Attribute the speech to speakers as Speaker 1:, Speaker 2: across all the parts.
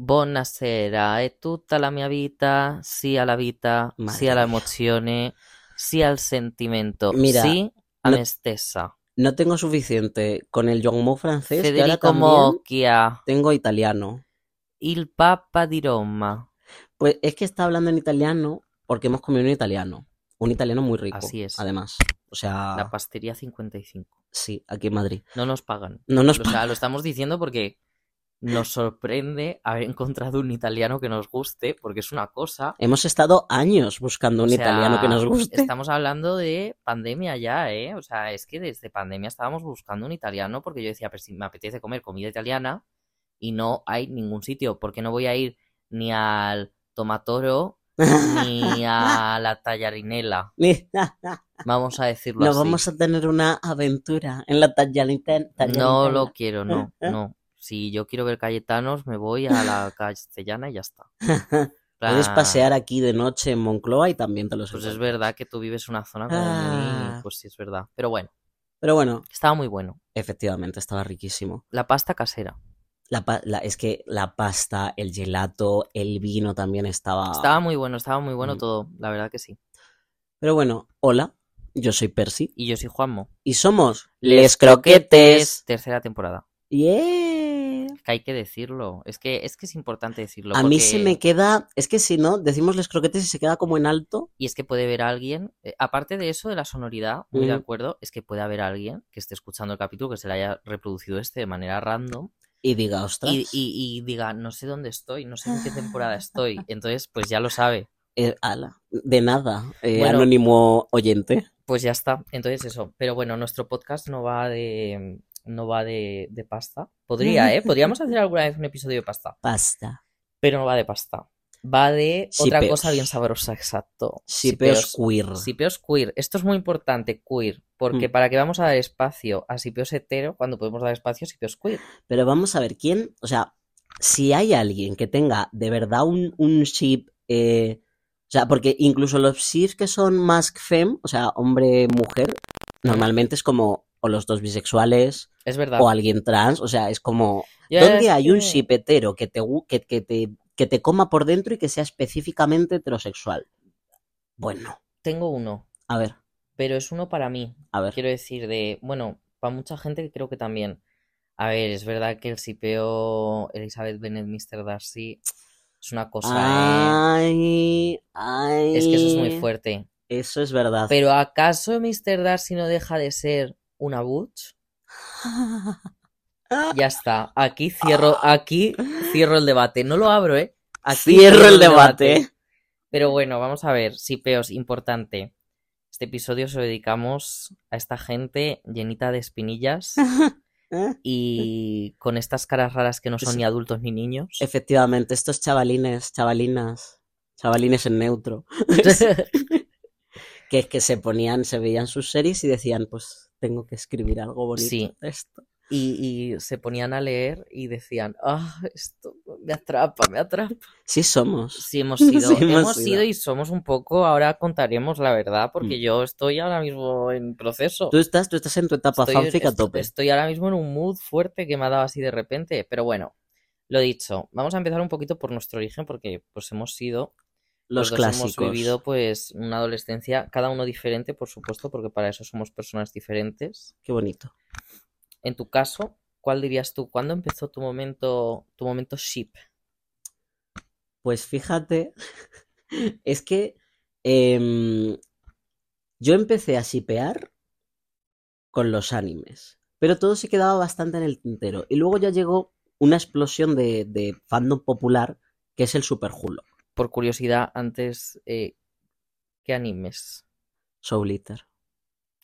Speaker 1: Buonasera, è tutta la mia vita, sì alla vita,
Speaker 2: Madre
Speaker 1: sì alla
Speaker 2: mia.
Speaker 1: emozione, sì al sentimento,
Speaker 2: Mira,
Speaker 1: sí a
Speaker 2: no-
Speaker 1: la stessa.
Speaker 2: No tengo suficiente con el John Mo francés, que ahora
Speaker 1: Federico
Speaker 2: también
Speaker 1: Mocchia,
Speaker 2: tengo italiano.
Speaker 1: il Papa di Roma.
Speaker 2: Pues es que está hablando en italiano porque hemos comido en italiano. Un italiano muy rico,
Speaker 1: Así es.
Speaker 2: además. O
Speaker 1: La
Speaker 2: sea,
Speaker 1: pastería 55.
Speaker 2: sí, aquí en Madrid.
Speaker 1: No nos pagan.
Speaker 2: No nos
Speaker 1: O sea, lo estamos diciendo porque nos sorprende haber encontrado un italiano que nos guste, porque es una cosa.
Speaker 2: Hemos estado años buscando un
Speaker 1: O sea,
Speaker 2: italiano que nos guste.
Speaker 1: Estamos hablando de pandemia ya, ¿eh? O sea, es que desde pandemia estábamos buscando un italiano porque yo decía, pero si me apetece comer comida italiana y no hay ningún sitio, porque no voy a ir ni al tomatoro ni a la tallarinela,
Speaker 2: Mira,
Speaker 1: vamos a decirlo
Speaker 2: nos
Speaker 1: así.
Speaker 2: vamos a tener una aventura en la tallanita.
Speaker 1: No lo quiero, no,
Speaker 2: ¿Eh?
Speaker 1: no. Si yo quiero ver Cayetanos, me voy a la castellana y ya está.
Speaker 2: Puedes
Speaker 1: plan,
Speaker 2: pasear aquí de noche en Moncloa y también te los
Speaker 1: Pues es
Speaker 2: encuentras.
Speaker 1: verdad que tú vives una zona como muy-
Speaker 2: Ah.
Speaker 1: Pues sí, es verdad. Pero bueno,
Speaker 2: Pero bueno,
Speaker 1: estaba muy bueno.
Speaker 2: efectivamente, estaba riquísimo.
Speaker 1: La pasta casera.
Speaker 2: La, pa- la- es que la pasta, el gelato, el vino también estaba...
Speaker 1: Estaba muy bueno, estaba muy bueno
Speaker 2: Ah. Mm.
Speaker 1: todo. La verdad que sí.
Speaker 2: Pero bueno, hola, yo soy Percy
Speaker 1: Y yo soy Juanmo.
Speaker 2: y somos
Speaker 1: Les
Speaker 2: Croquetes.
Speaker 1: Tercera temporada.
Speaker 2: Yeah.
Speaker 1: Que hay que decirlo. Es que es, que es importante decirlo.
Speaker 2: A mí se
Speaker 1: porque-
Speaker 2: me queda, es que si no, decimos Les Croquetes y se queda como en alto.
Speaker 1: Y es que puede ver a alguien, eh, aparte de eso, de la sonoridad, muy de
Speaker 2: Mm.
Speaker 1: acuerdo, es que puede haber alguien que esté escuchando el capítulo, que se le haya reproducido este de manera random
Speaker 2: Y diga, ostras,
Speaker 1: y, y- y diga, no sé dónde estoy, no sé en qué temporada estoy. Entonces, pues ya lo sabe.
Speaker 2: eh, ala, de nada, eh,
Speaker 1: Bueno.
Speaker 2: anónimo oyente.
Speaker 1: Pues ya está. Entonces, eso. Pero bueno, nuestro podcast no va de. No va de, de pasta. Podría, ¿eh? Podríamos hacer alguna vez un episodio de pasta.
Speaker 2: Pasta.
Speaker 1: Pero no va de pasta. Va de otra
Speaker 2: Sipeos.
Speaker 1: cosa bien sabrosa, exacto.
Speaker 2: Sipeos
Speaker 1: Sipeos.
Speaker 2: queer.
Speaker 1: Sipeos queer. Esto es muy importante, queer, porque
Speaker 2: Mm.
Speaker 1: para qué vamos a dar espacio a sipeos hetero cuando podemos dar espacio a sipeos queer.
Speaker 2: Pero vamos a ver, ¿quién? O sea, si hay alguien que tenga de verdad un, un ship. eh, o sea, porque incluso los ships que son más fem, o sea, hombre-mujer, normalmente es como o los dos bisexuales
Speaker 1: Es verdad.
Speaker 2: o alguien trans. O sea, es como.
Speaker 1: Ya
Speaker 2: ¿Dónde
Speaker 1: es
Speaker 2: hay un
Speaker 1: que-
Speaker 2: ship hetero que te, gu- que, que te, que te coma por dentro y que sea específicamente heterosexual? Bueno,
Speaker 1: Tengo uno,
Speaker 2: a ver,
Speaker 1: pero es uno para mí.
Speaker 2: a ver.
Speaker 1: Quiero decir, de, bueno, para mucha gente que creo que también. A ver, es verdad que el sipeo Elizabeth Bennet, Mr. Darcy es una cosa, ¿eh?
Speaker 2: Ay, ay.
Speaker 1: Es que eso es
Speaker 2: Ah.
Speaker 1: muy fuerte.
Speaker 2: Eso es verdad.
Speaker 1: Pero ¿acaso Mr. Darcy no deja de ser una butch? Ya está. Aquí cierro, aquí cierro el debate. No lo abro, ¿eh? Aquí
Speaker 2: Cierro el debate.
Speaker 1: Pero bueno, vamos a ver, sipeos, importante. Este episodio se lo dedicamos a esta gente llenita de espinillas
Speaker 2: ¿Eh?
Speaker 1: y con estas caras raras que no son
Speaker 2: Sí.
Speaker 1: ni adultos ni niños.
Speaker 2: Efectivamente, estos chavalines, chavalinas, chavalines en neutro, que es que se ponían, se veían sus series y decían, pues tengo que escribir algo bonito
Speaker 1: Sí.
Speaker 2: de esto.
Speaker 1: y, y se ponían a leer y decían, ah, esto me atrapa, me atrapa.
Speaker 2: Sí somos.
Speaker 1: Sí, hemos
Speaker 2: Sí,
Speaker 1: sido, hemos,
Speaker 2: hemos
Speaker 1: sido.
Speaker 2: sido.
Speaker 1: y somos un poco, ahora contaremos la verdad, porque
Speaker 2: Mm.
Speaker 1: yo estoy ahora mismo en proceso.
Speaker 2: Tú estás, tú estás en tu etapa
Speaker 1: Estoy-
Speaker 2: fanfic a
Speaker 1: est-
Speaker 2: tope.
Speaker 1: Estoy ahora mismo en un mood fuerte que me ha dado así de repente, pero bueno, lo dicho, vamos a empezar un poquito por nuestro origen, porque pues hemos sido,
Speaker 2: Los
Speaker 1: dos
Speaker 2: clásicos.
Speaker 1: hemos vivido pues una adolescencia, cada uno diferente, por supuesto, porque para eso somos personas diferentes.
Speaker 2: Qué bonito.
Speaker 1: En tu caso, ¿cuál dirías tú? ¿Cuándo empezó tu momento, tu momento ship?
Speaker 2: Pues fíjate, es que em, yo empecé a shipear con los animes, pero todo se quedaba bastante en el tintero. Y luego ya llegó una explosión de, de fandom popular que es el Super Hulo,
Speaker 1: Por curiosidad, antes, eh, ¿qué animes?
Speaker 2: Soul Eater.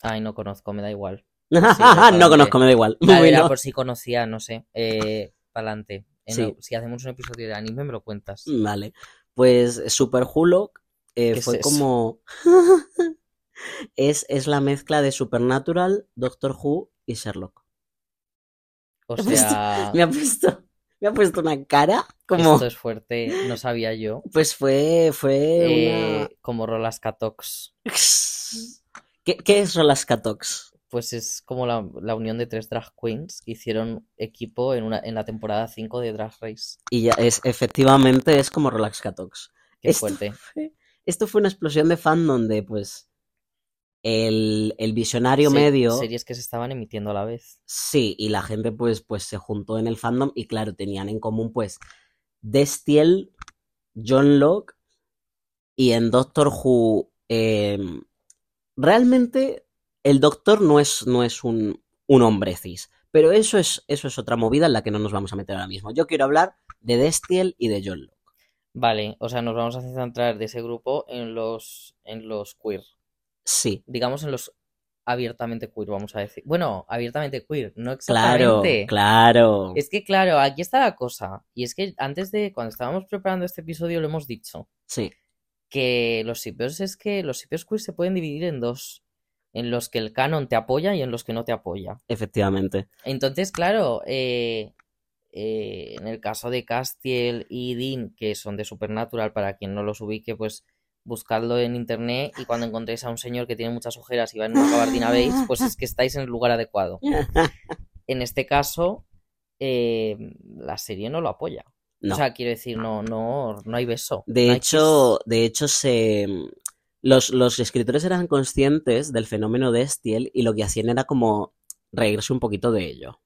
Speaker 1: Ay, no conozco, me da igual.
Speaker 2: no
Speaker 1: totalmente.
Speaker 2: conozco, me da igual.
Speaker 1: La
Speaker 2: Bueno,
Speaker 1: era por si conocía, no sé. Eh, pa'lante. En-
Speaker 2: Sí.
Speaker 1: Si hacemos un episodio de anime, me lo cuentas.
Speaker 2: Vale, pues Super Hulo eh,
Speaker 1: ¿Qué es
Speaker 2: fue
Speaker 1: eso?
Speaker 2: como... es, es la mezcla de Supernatural, Doctor Who y Sherlock.
Speaker 1: O
Speaker 2: Pues esto-
Speaker 1: sea,
Speaker 2: Me ha puesto, me ha puesto una cara como.
Speaker 1: esto es fuerte, no sabía yo.
Speaker 2: Pues fue, fue
Speaker 1: Eh, como Rolas Catox.
Speaker 2: una. ¿Qué, qué es Rolascatox?
Speaker 1: pues es como la, la unión de tres drag queens que hicieron equipo en, una, en la temporada 5 de Drag Race.
Speaker 2: Y ya es, efectivamente, es como Relax Catox.
Speaker 1: Qué
Speaker 2: Esto
Speaker 1: fuerte.
Speaker 2: fue- esto fue una explosión de fandom de, pues, el, el visionario
Speaker 1: Se-
Speaker 2: medio.
Speaker 1: Series que se estaban emitiendo a la vez.
Speaker 2: Sí, y la gente, pues, pues, se juntó en el fandom y, claro, tenían en común, pues, Destiel, John Locke y en Doctor Who. em, realmente, el Doctor no es, no es un, un hombre cis, pero eso es, eso es otra movida en la que no nos vamos a meter ahora mismo. Yo quiero hablar de Destiel y de John Locke.
Speaker 1: Vale, o sea, nos vamos a centrar de ese grupo en los, en los queer.
Speaker 2: Sí.
Speaker 1: Digamos en los abiertamente queer, vamos a decir. Bueno, abiertamente queer, no
Speaker 2: Claro,
Speaker 1: exactamente.
Speaker 2: claro.
Speaker 1: Es que claro, aquí está la cosa. Y es que antes de, cuando estábamos preparando este episodio, lo hemos dicho.
Speaker 2: Sí,
Speaker 1: Que los sipios es que los sipios queer se pueden dividir en dos. En los que el canon te apoya y en los que no te apoya.
Speaker 2: efectivamente.
Speaker 1: Entonces, claro, eh, eh, en el caso de Castiel y Dean, que son de Supernatural, para quien no los ubique, pues buscadlo en internet y cuando encontréis a un señor que tiene muchas ojeras y va en una gabardina beige, pues es que estáis en el lugar adecuado. En este caso, eh, la serie no lo apoya.
Speaker 2: No.
Speaker 1: O sea, quiero decir, no, no, no hay beso.
Speaker 2: De
Speaker 1: no hay
Speaker 2: hecho, de hecho se los, los escritores eran conscientes del fenómeno de Estiel y lo que hacían era como reírse un poquito de ello.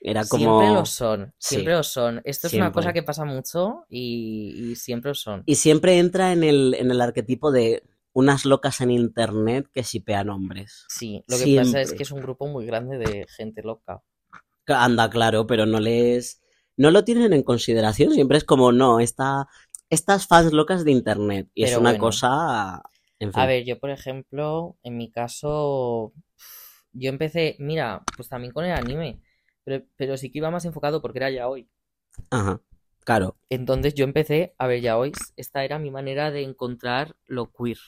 Speaker 2: Era
Speaker 1: kiss. siempre
Speaker 2: como
Speaker 1: lo son,
Speaker 2: Sí.
Speaker 1: siempre lo son. Esto es una
Speaker 2: Siempre.
Speaker 1: cosa que pasa mucho y, y siempre lo son.
Speaker 2: y siempre entra en el en el arquetipo de unas locas en internet que sipean hombres.
Speaker 1: Sí, lo que pasa es
Speaker 2: Siempre.
Speaker 1: que es un grupo muy grande de gente loca.
Speaker 2: Anda claro, pero no les no lo tienen en consideración, siempre es como no, esta estas fans locas de internet y es
Speaker 1: Pero
Speaker 2: una
Speaker 1: bueno.
Speaker 2: cosa en fin.
Speaker 1: A ver, yo por ejemplo, en mi caso, yo empecé, mira, pues también con el anime, pero, pero sí que iba más enfocado porque era ya hoy.
Speaker 2: Ajá. Claro,
Speaker 1: Entonces yo empecé a ver ya hoy, esta era mi manera de encontrar lo queer.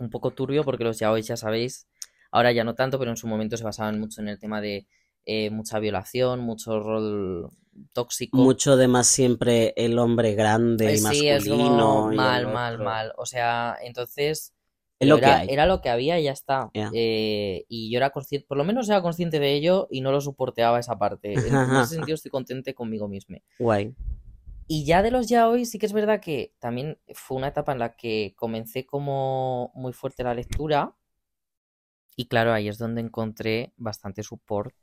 Speaker 1: Un poco turbio porque los ya hoy, ya sabéis, ahora ya no tanto, pero en su momento se basaban mucho en el tema de eh, mucha violación, mucho rol tóxico.
Speaker 2: mucho de más siempre el hombre grande y
Speaker 1: Eh, sí,
Speaker 2: masculino
Speaker 1: es como
Speaker 2: y el
Speaker 1: mal, mal,
Speaker 2: otro.
Speaker 1: mal. O sea, entonces...
Speaker 2: Es
Speaker 1: Pero
Speaker 2: lo que
Speaker 1: era,
Speaker 2: hay.
Speaker 1: era lo que había y ya está.
Speaker 2: Ya.
Speaker 1: Eh, y yo era consciente, por lo menos era consciente de ello y no lo soporteaba esa parte. En, en ese sentido estoy contente conmigo mismo.
Speaker 2: Guay.
Speaker 1: Y ya de los ya hoy sí que es verdad que también fue una etapa en la que comencé como muy fuerte la lectura. Y claro, ahí es donde encontré bastante support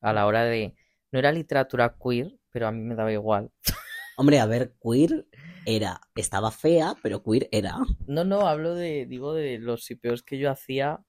Speaker 1: a la hora de... No era literatura queer, pero a mí me daba igual.
Speaker 2: Hombre, a ver, queer era, estaba fea, pero queer era.
Speaker 1: No, no, hablo de, digo, de los sipeos que yo hacía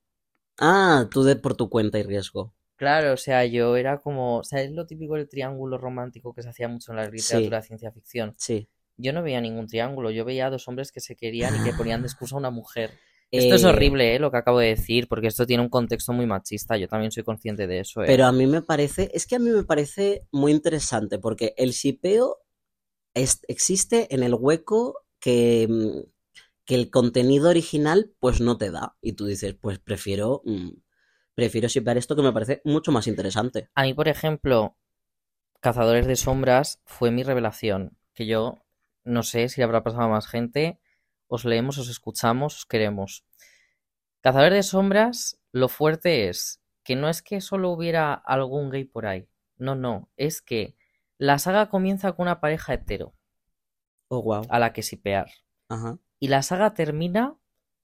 Speaker 2: Ah, tú de por tu cuenta y riesgo.
Speaker 1: Claro, o sea, yo era como, o sea, es lo típico del triángulo romántico que se hacía mucho en la literatura de ciencia ficción.
Speaker 2: Sí.
Speaker 1: Yo no veía ningún triángulo, yo veía a dos hombres que se querían y que ponían de excusa a una mujer. Esto es
Speaker 2: Eh,
Speaker 1: horrible, ¿eh? Lo que acabo de decir, porque esto tiene un contexto muy machista, yo también soy consciente de eso, ¿eh?
Speaker 2: Pero a mí me parece, es que a mí me parece muy interesante porque el sipeo es- existe en el hueco que, mm, que el contenido original pues no te da. Y tú dices, pues prefiero, mm, prefiero sipear esto que me parece mucho más interesante.
Speaker 1: A mí, por ejemplo, Cazadores de Sombras fue mi revelación, que yo no sé si le habrá pasado a más gente, os leemos, os escuchamos, os queremos. Cazadores de Sombras, lo fuerte es que no es que solo hubiera algún gay por ahí, no, no, es que la saga comienza con una pareja hetero
Speaker 2: Oh, wow.
Speaker 1: a la que sipear
Speaker 2: Ajá.
Speaker 1: y la saga termina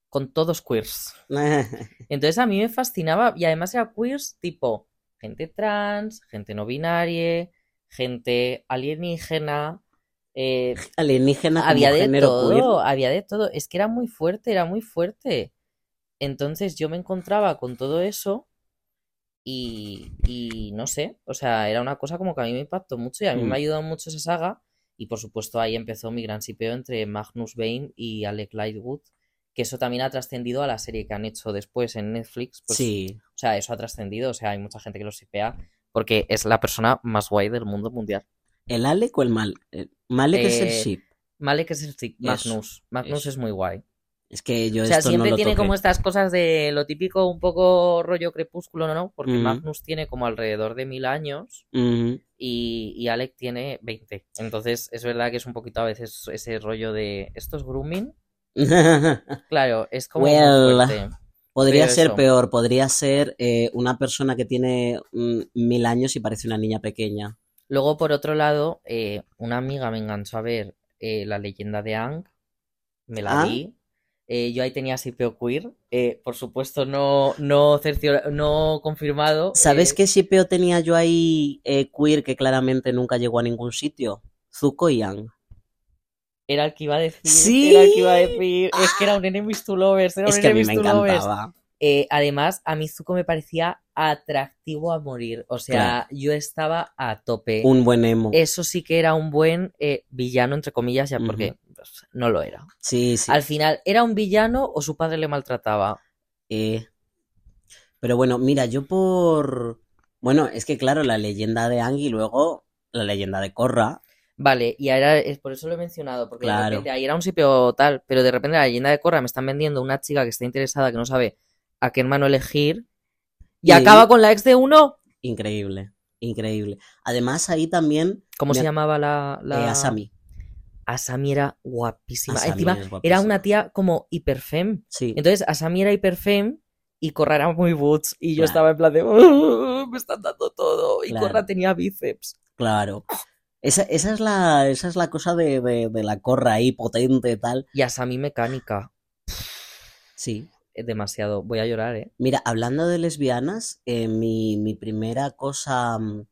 Speaker 1: con todos queers. Entonces a mí me fascinaba y además era queers tipo gente trans, gente no binaria, gente alienígena. eh,
Speaker 2: Alienígena como
Speaker 1: había de
Speaker 2: género
Speaker 1: todo,
Speaker 2: queer.
Speaker 1: había de todo. Es que era muy fuerte, era muy fuerte. Entonces yo me encontraba con todo eso y, y no sé, o sea, era una cosa como que a mí me impactó mucho y a mí
Speaker 2: Mm.
Speaker 1: me ha ayudado mucho esa saga. Y por supuesto ahí empezó mi gran sipeo entre Magnus Bain y Alec Lightwood, que eso también ha trascendido a la serie que han hecho después en Netflix. Pues,
Speaker 2: sí.
Speaker 1: o sea, eso ha trascendido. O sea, hay mucha gente que lo sipea porque es la persona más guay del mundo mundial.
Speaker 2: ¿El Alec o el Mal? El Malek es el
Speaker 1: Eh,
Speaker 2: ship.
Speaker 1: Malek es el tic-
Speaker 2: Eso,
Speaker 1: Magnus. Magnus
Speaker 2: eso.
Speaker 1: es muy guay.
Speaker 2: Es que yo
Speaker 1: o sea,
Speaker 2: esto
Speaker 1: siempre
Speaker 2: no lo
Speaker 1: tiene
Speaker 2: toqué.
Speaker 1: como estas cosas de lo típico, un poco rollo crepúsculo, ¿no? no? Porque
Speaker 2: Ujú.
Speaker 1: Magnus tiene como alrededor de mil años
Speaker 2: Ujú.
Speaker 1: y, y Alec tiene 20. Entonces, es verdad que es un poquito a veces ese rollo de. ¿Esto es grooming? Claro, es como muy
Speaker 2: Well.
Speaker 1: fuerte.
Speaker 2: Podría
Speaker 1: Pero
Speaker 2: ser
Speaker 1: eso.
Speaker 2: peor, podría ser eh, una persona que tiene mm, mil años y parece una niña pequeña.
Speaker 1: Luego, por otro lado, eh, una amiga me enganchó a ver eh, la leyenda de Ang. Me la
Speaker 2: Ah.
Speaker 1: vi. Eh, yo ahí tenía Sipeo Queer. eh, por supuesto, no, no, cercio- no confirmado.
Speaker 2: ¿Sabes
Speaker 1: eh,
Speaker 2: qué shipeo tenía yo ahí eh, queer que claramente nunca llegó a ningún sitio? Zuko y Yang.
Speaker 1: Era el que iba a decir.
Speaker 2: ¡Sí!
Speaker 1: Era el que iba a decir. Es que era un enemies to lovers. Era un
Speaker 2: Es que a mí
Speaker 1: enemies
Speaker 2: me
Speaker 1: to lovers.
Speaker 2: encantaba.
Speaker 1: Eh, además, a Mizuko me parecía atractivo a morir. O sea, yo estaba a tope.
Speaker 2: Un buen emo.
Speaker 1: Eso sí que era un buen eh, villano, entre comillas, ya
Speaker 2: Ujú.
Speaker 1: porque pues, no lo era.
Speaker 2: Sí, sí.
Speaker 1: Al final, ¿era un villano o su padre le maltrataba?
Speaker 2: Eh, Pero bueno, mira, yo por... Bueno, es que claro, la leyenda de Ang y luego la leyenda de Korra.
Speaker 1: Vale, y ahora es por eso lo he mencionado, porque de
Speaker 2: Claro.
Speaker 1: repente ahí era un sitio tal, pero de repente la leyenda de Corra me están vendiendo una chica que está interesada, que no sabe a qué hermano elegir, y,
Speaker 2: Y-
Speaker 1: acaba con la ex de uno.
Speaker 2: Increíble, increíble. Además ahí también... eh,
Speaker 1: ¿Cómo
Speaker 2: Me
Speaker 1: se
Speaker 2: ac-
Speaker 1: llamaba la,
Speaker 2: eh,
Speaker 1: la...
Speaker 2: Asami.
Speaker 1: Asami era guapísima.
Speaker 2: Asami
Speaker 1: Encima,
Speaker 2: es
Speaker 1: era una
Speaker 2: guapísima.
Speaker 1: tía como hiperfem.
Speaker 2: Sí.
Speaker 1: Entonces, Asami era hiperfem y Corra era muy boots. Y yo
Speaker 2: Claro.
Speaker 1: estaba en plan de, "Ugh, me están dando todo. Y
Speaker 2: Claro.
Speaker 1: Corra tenía bíceps.
Speaker 2: Claro. Esa, esa es la, esa es la cosa de, de- de la corra ahí potente, tal.
Speaker 1: Y Asami mecánica.
Speaker 2: Sí.
Speaker 1: eh, Demasiado. Voy a llorar, ¿eh?
Speaker 2: Mira, hablando de lesbianas, eh, mi, mi primera cosa mm,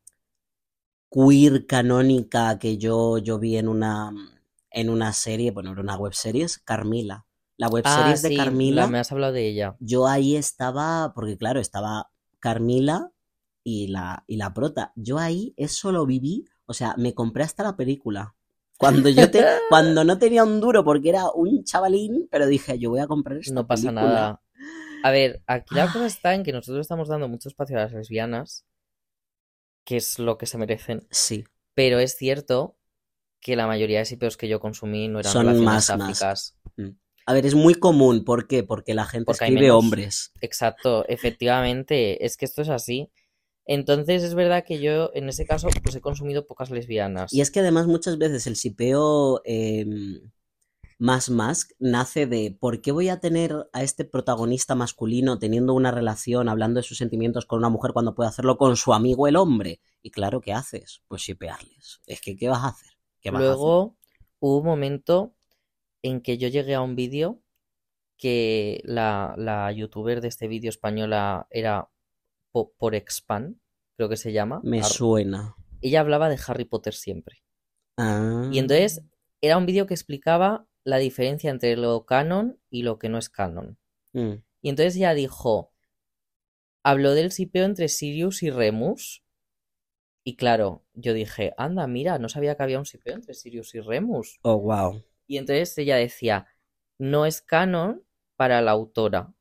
Speaker 2: queer canónica que yo, yo vi en una, mm, en una serie, bueno, era una webserie, es Carmila. La webserie
Speaker 1: Ah,
Speaker 2: es de
Speaker 1: sí, la-
Speaker 2: Carmila.
Speaker 1: me has hablado de ella.
Speaker 2: Yo ahí estaba, porque claro, estaba Carmila y la, y la prota. Yo ahí eso lo viví, o sea, me compré hasta la película. Cuando yo te, cuando no tenía un duro porque era un chavalín, pero dije, yo voy a comprar esta
Speaker 1: No pasa
Speaker 2: película".
Speaker 1: nada. A ver, aquí la cosa
Speaker 2: Ay.
Speaker 1: está en que nosotros estamos dando mucho espacio a las lesbianas, que es lo que se merecen.
Speaker 2: Sí,
Speaker 1: Pero es cierto que la mayoría de sipeos que yo consumí no eran
Speaker 2: Son
Speaker 1: relaciones
Speaker 2: más, más.
Speaker 1: sáficas.
Speaker 2: a ver, es muy común, ¿por qué? Porque la gente
Speaker 1: Porque hay
Speaker 2: escribe
Speaker 1: menos.
Speaker 2: hombres.
Speaker 1: Exacto, efectivamente, es que esto es así. Entonces es verdad que yo en ese caso pues he consumido pocas lesbianas.
Speaker 2: Y es que además muchas veces el sipeo em, más más nace de ¿por qué voy a tener a este protagonista masculino teniendo una relación, hablando de sus sentimientos con una mujer cuando puede hacerlo con su amigo el hombre? Y claro, ¿qué haces? Pues shipearles. Es que ¿qué vas a hacer? ¿Qué vas a hacer?
Speaker 1: Luego hubo un momento en que yo llegué a un vídeo que la, la youtuber de este vídeo española era po- por Expan, creo que se llama.
Speaker 2: Me
Speaker 1: ar-
Speaker 2: suena.
Speaker 1: Ella hablaba de Harry Potter siempre.
Speaker 2: Ah,
Speaker 1: Y entonces era un vídeo que explicaba la diferencia entre lo canon y lo que no es canon.
Speaker 2: mm,
Speaker 1: Y entonces ella dijo, habló del sipeo entre Sirius y Remus. Y claro, yo dije, anda, mira, no sabía que había un sipeo entre Sirius y Remus.
Speaker 2: Oh, wow.
Speaker 1: Y entonces ella decía, no es canon para la autora,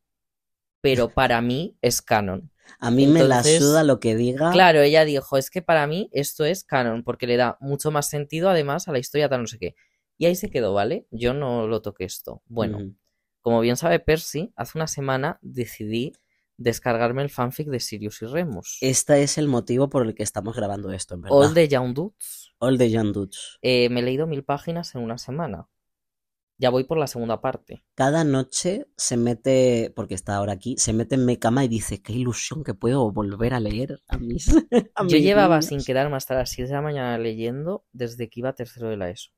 Speaker 1: pero para mí es canon.
Speaker 2: A mí me la
Speaker 1: Entonces,
Speaker 2: suda lo que diga.
Speaker 1: Claro, ella dijo, es que para mí esto es canon, porque le da mucho más sentido además a la historia tal no sé qué. Y ahí se quedó, ¿vale? Yo no lo toqué esto. Bueno,
Speaker 2: Mm.
Speaker 1: como bien sabe Percy, hace una semana decidí descargarme el fanfic de Sirius y Remus.
Speaker 2: Este es el motivo por el que estamos grabando esto, en verdad.
Speaker 1: All de Young Dudes.
Speaker 2: All the Young Dudes.
Speaker 1: Eh, me he leído mil páginas en una semana. Ya voy por la segunda parte.
Speaker 2: Cada noche se mete, porque está ahora aquí, se mete en mi cama y dice, qué ilusión que puedo volver a leer a mis... a
Speaker 1: Yo
Speaker 2: mis
Speaker 1: llevaba
Speaker 2: niños".
Speaker 1: sin quedarme hasta las 6 de la mañana leyendo desde que iba a tercero de la ESO.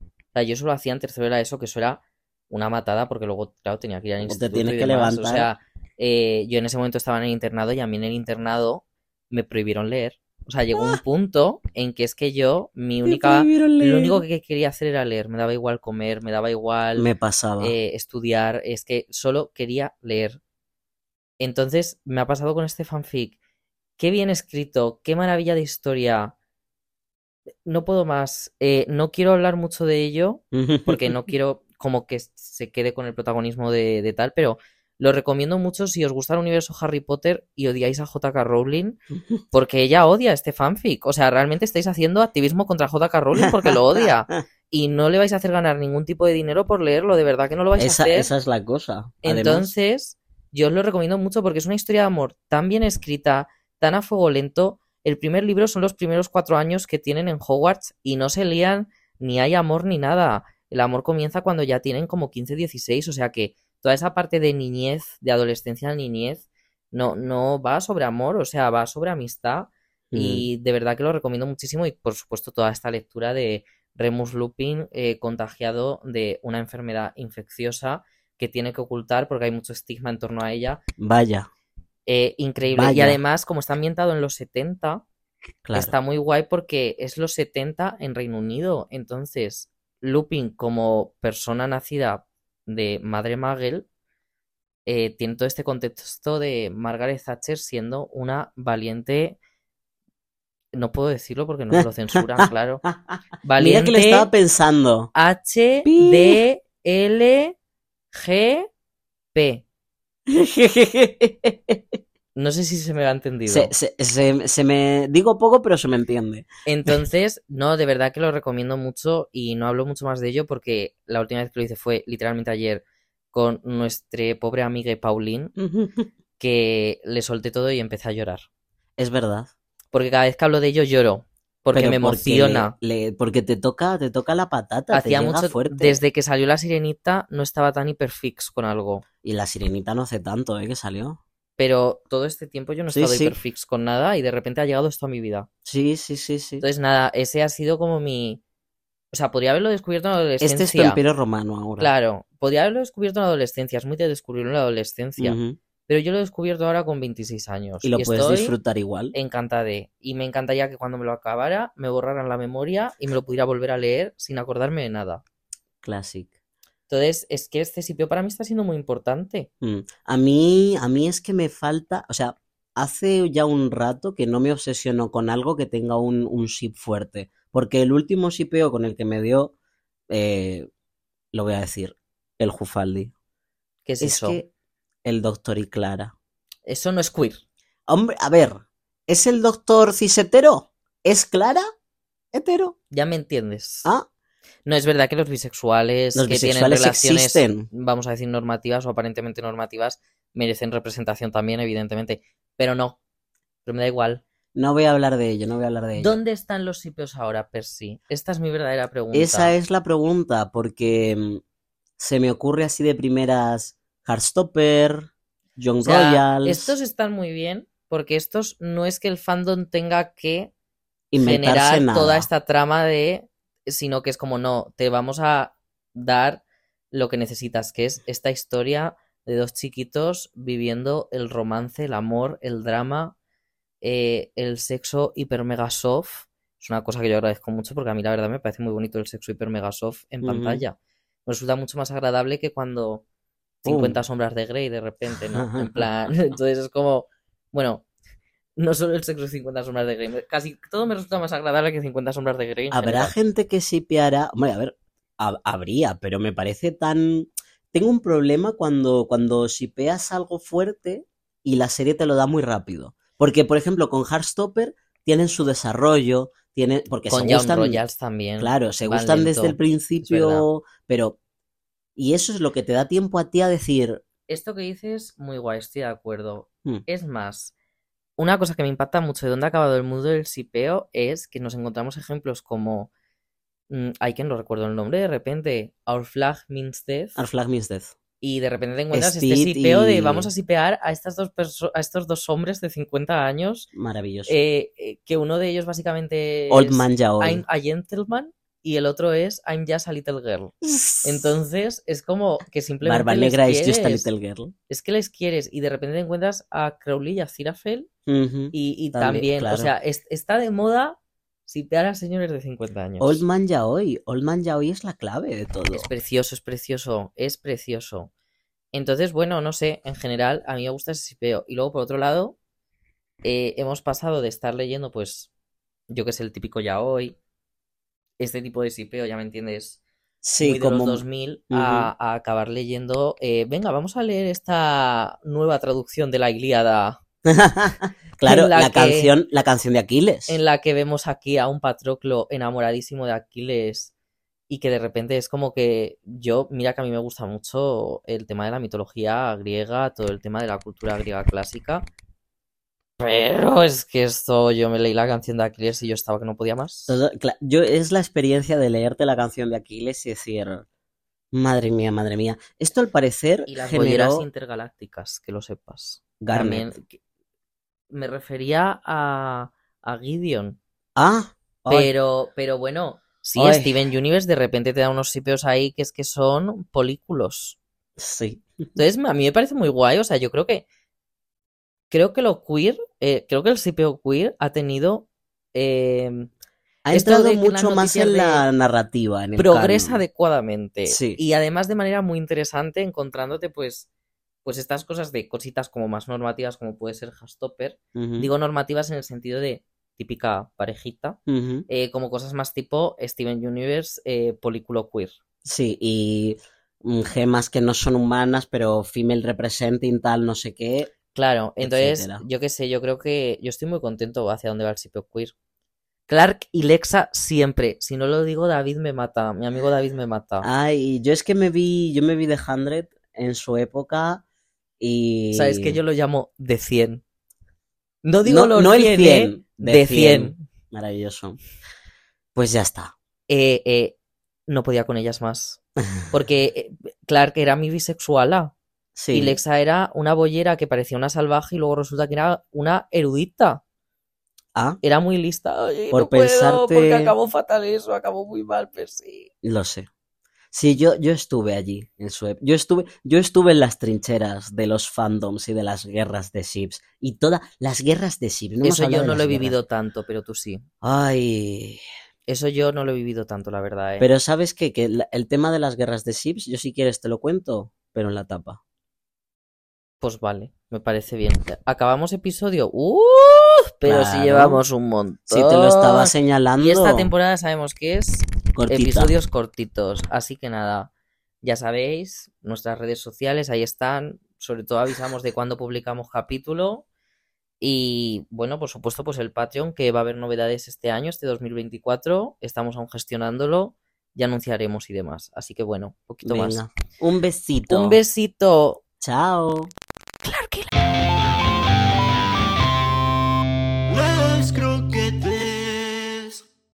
Speaker 1: O sea, yo solo hacía en tercero de la ESO, que eso era una matada, porque luego, claro, tenía que ir al
Speaker 2: Luego te
Speaker 1: instituto
Speaker 2: tienes
Speaker 1: y
Speaker 2: que
Speaker 1: demás. O
Speaker 2: levantar.
Speaker 1: sea, eh, yo en ese momento estaba en el internado y a mí en el internado me prohibieron leer. O sea, llegó
Speaker 2: ¡Ah!
Speaker 1: un punto en que es que yo, mi
Speaker 2: Me
Speaker 1: única...
Speaker 2: prohibieron
Speaker 1: Lo
Speaker 2: leer.
Speaker 1: único que quería hacer era leer. Me daba igual comer, me daba igual
Speaker 2: Me pasaba.
Speaker 1: eh, estudiar, es que solo quería leer. Entonces me ha pasado con este fanfic. Qué bien escrito, qué maravilla de historia. No puedo más. eh, no quiero hablar mucho de ello porque no quiero como que se quede con el protagonismo de, de tal, pero lo recomiendo mucho si os gusta el universo Harry Potter y odiáis a JK Rowling porque ella odia este fanfic. O sea, realmente estáis haciendo activismo contra JK Rowling porque lo odia y no le vais a hacer ganar ningún tipo de dinero por leerlo, de verdad que no lo vais a
Speaker 2: esa,
Speaker 1: hacer.
Speaker 2: esa es la cosa. Además,
Speaker 1: Entonces, yo os lo recomiendo mucho porque es una historia de amor tan bien escrita, tan a fuego lento. El primer libro son los primeros cuatro años que tienen en Hogwarts y no se lían, ni hay amor ni nada. El amor comienza cuando ya tienen como 15, 16, o sea que toda esa parte de niñez, de adolescencia a niñez, no, no va sobre amor, o sea, va sobre amistad.
Speaker 2: Mm.
Speaker 1: Y de verdad que lo recomiendo muchísimo. Y por supuesto, toda esta lectura de Remus Lupin eh, contagiado de una enfermedad infecciosa que tiene que ocultar porque hay mucho estigma en torno a ella.
Speaker 2: Vaya,
Speaker 1: Eh, increíble. Y
Speaker 2: Vaya.
Speaker 1: además, como está ambientado en los 70,
Speaker 2: claro.
Speaker 1: está muy guay porque es los 70 en Reino Unido. Entonces, Lupin, como persona nacida de madre Magel, eh, tiene todo este contexto de Margaret Thatcher siendo una valiente. No puedo decirlo porque nos lo censuran, claro.
Speaker 2: Mira que lo
Speaker 1: Valiente
Speaker 2: estaba pensando.
Speaker 1: H
Speaker 2: Pi.
Speaker 1: D L G P. No sé si se me ha entendido.
Speaker 2: Se, se- se- se me digo poco, pero se me entiende.
Speaker 1: Entonces, no, de verdad que lo recomiendo mucho y no hablo mucho más de ello porque la última vez que lo hice fue literalmente ayer con nuestra pobre amiga Pauline, que le solté todo y empecé a llorar.
Speaker 2: Es verdad.
Speaker 1: Porque cada vez que hablo de ello lloro, porque
Speaker 2: Pero
Speaker 1: me emociona.
Speaker 2: Porque, le- le- porque te toca, te toca la patata,
Speaker 1: Hacía
Speaker 2: te llega
Speaker 1: mucho,
Speaker 2: fuerte.
Speaker 1: desde que salió la sirenita, no estaba tan hiperfix con algo.
Speaker 2: Y la sirenita no hace tanto, ¿eh? Que salió.
Speaker 1: Pero todo este tiempo yo no he
Speaker 2: Sí,
Speaker 1: estado
Speaker 2: sí.
Speaker 1: hiperfix con nada y de repente ha llegado esto a mi vida.
Speaker 2: Sí, sí, sí, sí.
Speaker 1: Entonces, nada, ese ha sido como mi... O sea, podría haberlo descubierto en la
Speaker 2: este
Speaker 1: adolescencia.
Speaker 2: es tu imperio romano ahora.
Speaker 1: Claro, podría haberlo descubierto en la adolescencia, es muy de descubrirlo en la adolescencia,
Speaker 2: Ujú.
Speaker 1: pero yo lo he descubierto ahora con 26 años
Speaker 2: Y lo puedes
Speaker 1: Pues estoy Eh.
Speaker 2: disfrutar igual.
Speaker 1: encantada y me encantaría que cuando me lo acabara me borraran la memoria y me lo pudiera volver a leer sin acordarme de nada.
Speaker 2: Classic.
Speaker 1: Entonces, es que este sitio para mí está siendo muy importante.
Speaker 2: Mm. A mí, a mí es que me falta, o sea, hace ya un rato que no me obsesiono con algo que tenga un, un ship fuerte, porque el último shipeo con el que me dio, eh, lo voy a decir, el Jufaldi.
Speaker 1: ¿Qué es,
Speaker 2: es
Speaker 1: eso?
Speaker 2: que el doctor y Clara.
Speaker 1: Eso no es queer.
Speaker 2: Hombre, a ver, ¿es el doctor cisetero? ¿Es Clara? ¿Hetero?
Speaker 1: Ya me entiendes.
Speaker 2: Ah,
Speaker 1: No es verdad que los bisexuales
Speaker 2: los
Speaker 1: que tienen
Speaker 2: bisexuales
Speaker 1: relaciones
Speaker 2: existen.
Speaker 1: vamos a decir, normativas o aparentemente normativas merecen representación también, evidentemente. Pero no. Pero me da igual.
Speaker 2: No voy a hablar de ello, no voy a hablar de ello.
Speaker 1: ¿Dónde están los sipeos ahora, Percy? Esta es mi verdadera pregunta.
Speaker 2: Esa es la pregunta, porque mm, se me ocurre así de primeras Heartstopper, John
Speaker 1: O sea,
Speaker 2: Royals,
Speaker 1: estos están muy bien porque estos no es que el fandom tenga que
Speaker 2: inventarse
Speaker 1: generar
Speaker 2: nada.
Speaker 1: toda esta trama de, sino que es como no, te vamos a dar lo que necesitas, que es esta historia de dos chiquitos viviendo el romance, el amor, el drama, eh, el sexo hiper mega soft. Es una cosa que yo agradezco mucho porque a mí la verdad me parece muy bonito el sexo hiper mega soft en
Speaker 2: Ujú.
Speaker 1: pantalla. Me resulta mucho más agradable que cuando
Speaker 2: Pum.
Speaker 1: 50 sombras de Grey de repente, ¿no? En plan, entonces es como, bueno, no solo el sexo de 50 sombras de Grey. me- Casi todo me resulta más agradable que 50 sombras de Grey. en
Speaker 2: Habrá
Speaker 1: general.
Speaker 2: gente que sipeara. Hombre, a ver, hab- habría, pero me parece tan. Tengo un problema cuando, cuando sipeas algo fuerte y la serie te lo da muy rápido. Porque, por ejemplo, con Heartstopper tienen su desarrollo, tienen. Porque
Speaker 1: Con
Speaker 2: se
Speaker 1: Young
Speaker 2: gustan.
Speaker 1: Royals también.
Speaker 2: Claro, se
Speaker 1: van
Speaker 2: gustan
Speaker 1: lento,
Speaker 2: desde el principio, pero. Y eso es lo que te da tiempo a ti a decir.
Speaker 1: Esto que dices, muy guay, estoy de acuerdo.
Speaker 2: Hmm.
Speaker 1: Es más, una cosa que me impacta mucho de dónde ha acabado el mundo del sipeo es que nos encontramos ejemplos como. mm, hay quien no recuerdo el nombre, de repente, Our Flag Means Death.
Speaker 2: Our flag means death.
Speaker 1: Y de repente te encuentras este
Speaker 2: Steed
Speaker 1: sipeo de vamos
Speaker 2: y-
Speaker 1: a sipear a, estas dos perso- a estos dos hombres de 50 años,
Speaker 2: Maravilloso.
Speaker 1: eh, eh, que uno de ellos básicamente
Speaker 2: Old
Speaker 1: es
Speaker 2: Man
Speaker 1: I'm
Speaker 2: Yaoi.
Speaker 1: a gentleman y el otro es I'm just a little girl. Entonces es como que simplemente
Speaker 2: Barba
Speaker 1: les
Speaker 2: Negra es
Speaker 1: quieres,
Speaker 2: just a little girl.
Speaker 1: es que les quieres y de repente te encuentras a Crowley y a Zirafel
Speaker 2: Ujú.
Speaker 1: y, y también,
Speaker 2: También,
Speaker 1: o
Speaker 2: claro.
Speaker 1: sea, es- está de moda sipear a señores de 50 años.
Speaker 2: Old Man Yaoi. Old Man Yaoi es la clave de todo.
Speaker 1: Es precioso, es precioso, es precioso. Entonces, bueno, no sé, en general a mí me gusta ese sipeo. Y luego, por otro lado, eh, hemos pasado de estar leyendo, pues, yo que sé, el típico ya hoy, este tipo de sipeo, ya me entiendes,
Speaker 2: Sí,
Speaker 1: muy de
Speaker 2: como.
Speaker 1: los 2000, a, a acabar leyendo, eh, venga, vamos a leer esta nueva traducción de la Ilíada,
Speaker 2: claro,
Speaker 1: en la
Speaker 2: la,
Speaker 1: que-
Speaker 2: canción, la canción de Aquiles.
Speaker 1: en la que vemos aquí a un Patroclo enamoradísimo de Aquiles. Y que de repente es como que yo, mira que a mí me gusta mucho el tema de la mitología griega, todo el tema de la cultura griega clásica. Pero es que esto, yo me leí la canción de Aquiles y yo estaba que no podía más.
Speaker 2: Todo- cla- yo es la experiencia de leerte la canción de Aquiles y decir. Madre mía, madre mía. Esto al parecer
Speaker 1: Y las bolleras
Speaker 2: generó
Speaker 1: intergalácticas, que lo sepas.
Speaker 2: Garnet.
Speaker 1: También que- me refería a, a Gideon.
Speaker 2: Ah, ay,
Speaker 1: Pero, pero bueno, sí,
Speaker 2: Ay.
Speaker 1: Steven Universe de repente te da unos sipeos ahí que es que son polículos.
Speaker 2: sí.
Speaker 1: Entonces, a mí me parece muy guay. O sea, yo creo que. Creo que lo queer. eh, creo que el sipeo queer ha tenido. eh,
Speaker 2: Ha
Speaker 1: Esto de
Speaker 2: entrado
Speaker 1: que las
Speaker 2: mucho más en
Speaker 1: noticias de
Speaker 2: la narrativa, en el
Speaker 1: progresa
Speaker 2: canon.
Speaker 1: adecuadamente.
Speaker 2: Sí.
Speaker 1: Y además de manera muy interesante, encontrándote, pues. Pues estas cosas de cositas como más normativas, como puede ser Hastopper.
Speaker 2: Ujú,
Speaker 1: Digo normativas en el sentido de típica parejita.
Speaker 2: ujú.
Speaker 1: eh, como cosas más tipo Steven Universe, eh, polículo queer.
Speaker 2: Sí, y mm, gemas que no son humanas, pero female representing, tal, no sé qué.
Speaker 1: Claro, entonces,
Speaker 2: etcétera.
Speaker 1: yo qué sé, yo creo que yo estoy muy contento hacia dónde va el sitio queer. Clark y Lexa siempre. Si no lo digo, David me mata. Mi amigo David me mata.
Speaker 2: Ah, Ay, yo es que me vi, yo me vi de Hundred en su época y...
Speaker 1: ¿Sabes que yo lo llamo de 100? No digo
Speaker 2: No-
Speaker 1: los
Speaker 2: no el
Speaker 1: 100,
Speaker 2: 100,
Speaker 1: ¿eh?
Speaker 2: de
Speaker 1: de,
Speaker 2: 100.
Speaker 1: 100.
Speaker 2: Maravilloso. Pues ya está.
Speaker 1: Eh, eh, no podía con ellas más. Porque eh, Clark era mi bisexuala
Speaker 2: Sí.
Speaker 1: y Lexa era una boyera que parecía una salvaje y luego resulta que era una erudita.
Speaker 2: Ah,
Speaker 1: Era muy lista. Ay,
Speaker 2: Por
Speaker 1: no puedo,
Speaker 2: pensarte-
Speaker 1: porque acabó fatal eso, acabó muy mal, pero sí.
Speaker 2: lo sé. Sí, yo, yo estuve allí en su ep- Yo estuve, yo estuve en las trincheras de los fandoms y de las guerras de ships. Y todas las guerras de ships. No hemos
Speaker 1: Eso yo
Speaker 2: hablado de
Speaker 1: no lo he
Speaker 2: las guerras.
Speaker 1: vivido tanto, pero tú sí.
Speaker 2: Ay.
Speaker 1: Eso yo no lo he vivido tanto, la verdad, ¿eh?
Speaker 2: Pero sabes qué? que el, el tema de las guerras de ships, yo si quieres te lo cuento, pero en la tapa.
Speaker 1: Pues vale, me parece bien. Acabamos episodio. ¡Uh! Pero si
Speaker 2: Claro.
Speaker 1: llevamos un montón.
Speaker 2: Si te lo estaba señalando,
Speaker 1: Oh, Y esta temporada sabemos que es
Speaker 2: cortita.
Speaker 1: episodios cortitos. Así que nada, ya sabéis, nuestras redes sociales ahí están. Sobre todo avisamos de cuándo publicamos capítulo. Y bueno, por supuesto, pues el Patreon, que va a haber novedades este año, este 2024. Estamos aún gestionándolo. Ya anunciaremos y demás. Así que bueno, poquito más.
Speaker 2: Venga, un besito.
Speaker 1: Un besito.
Speaker 2: Chao.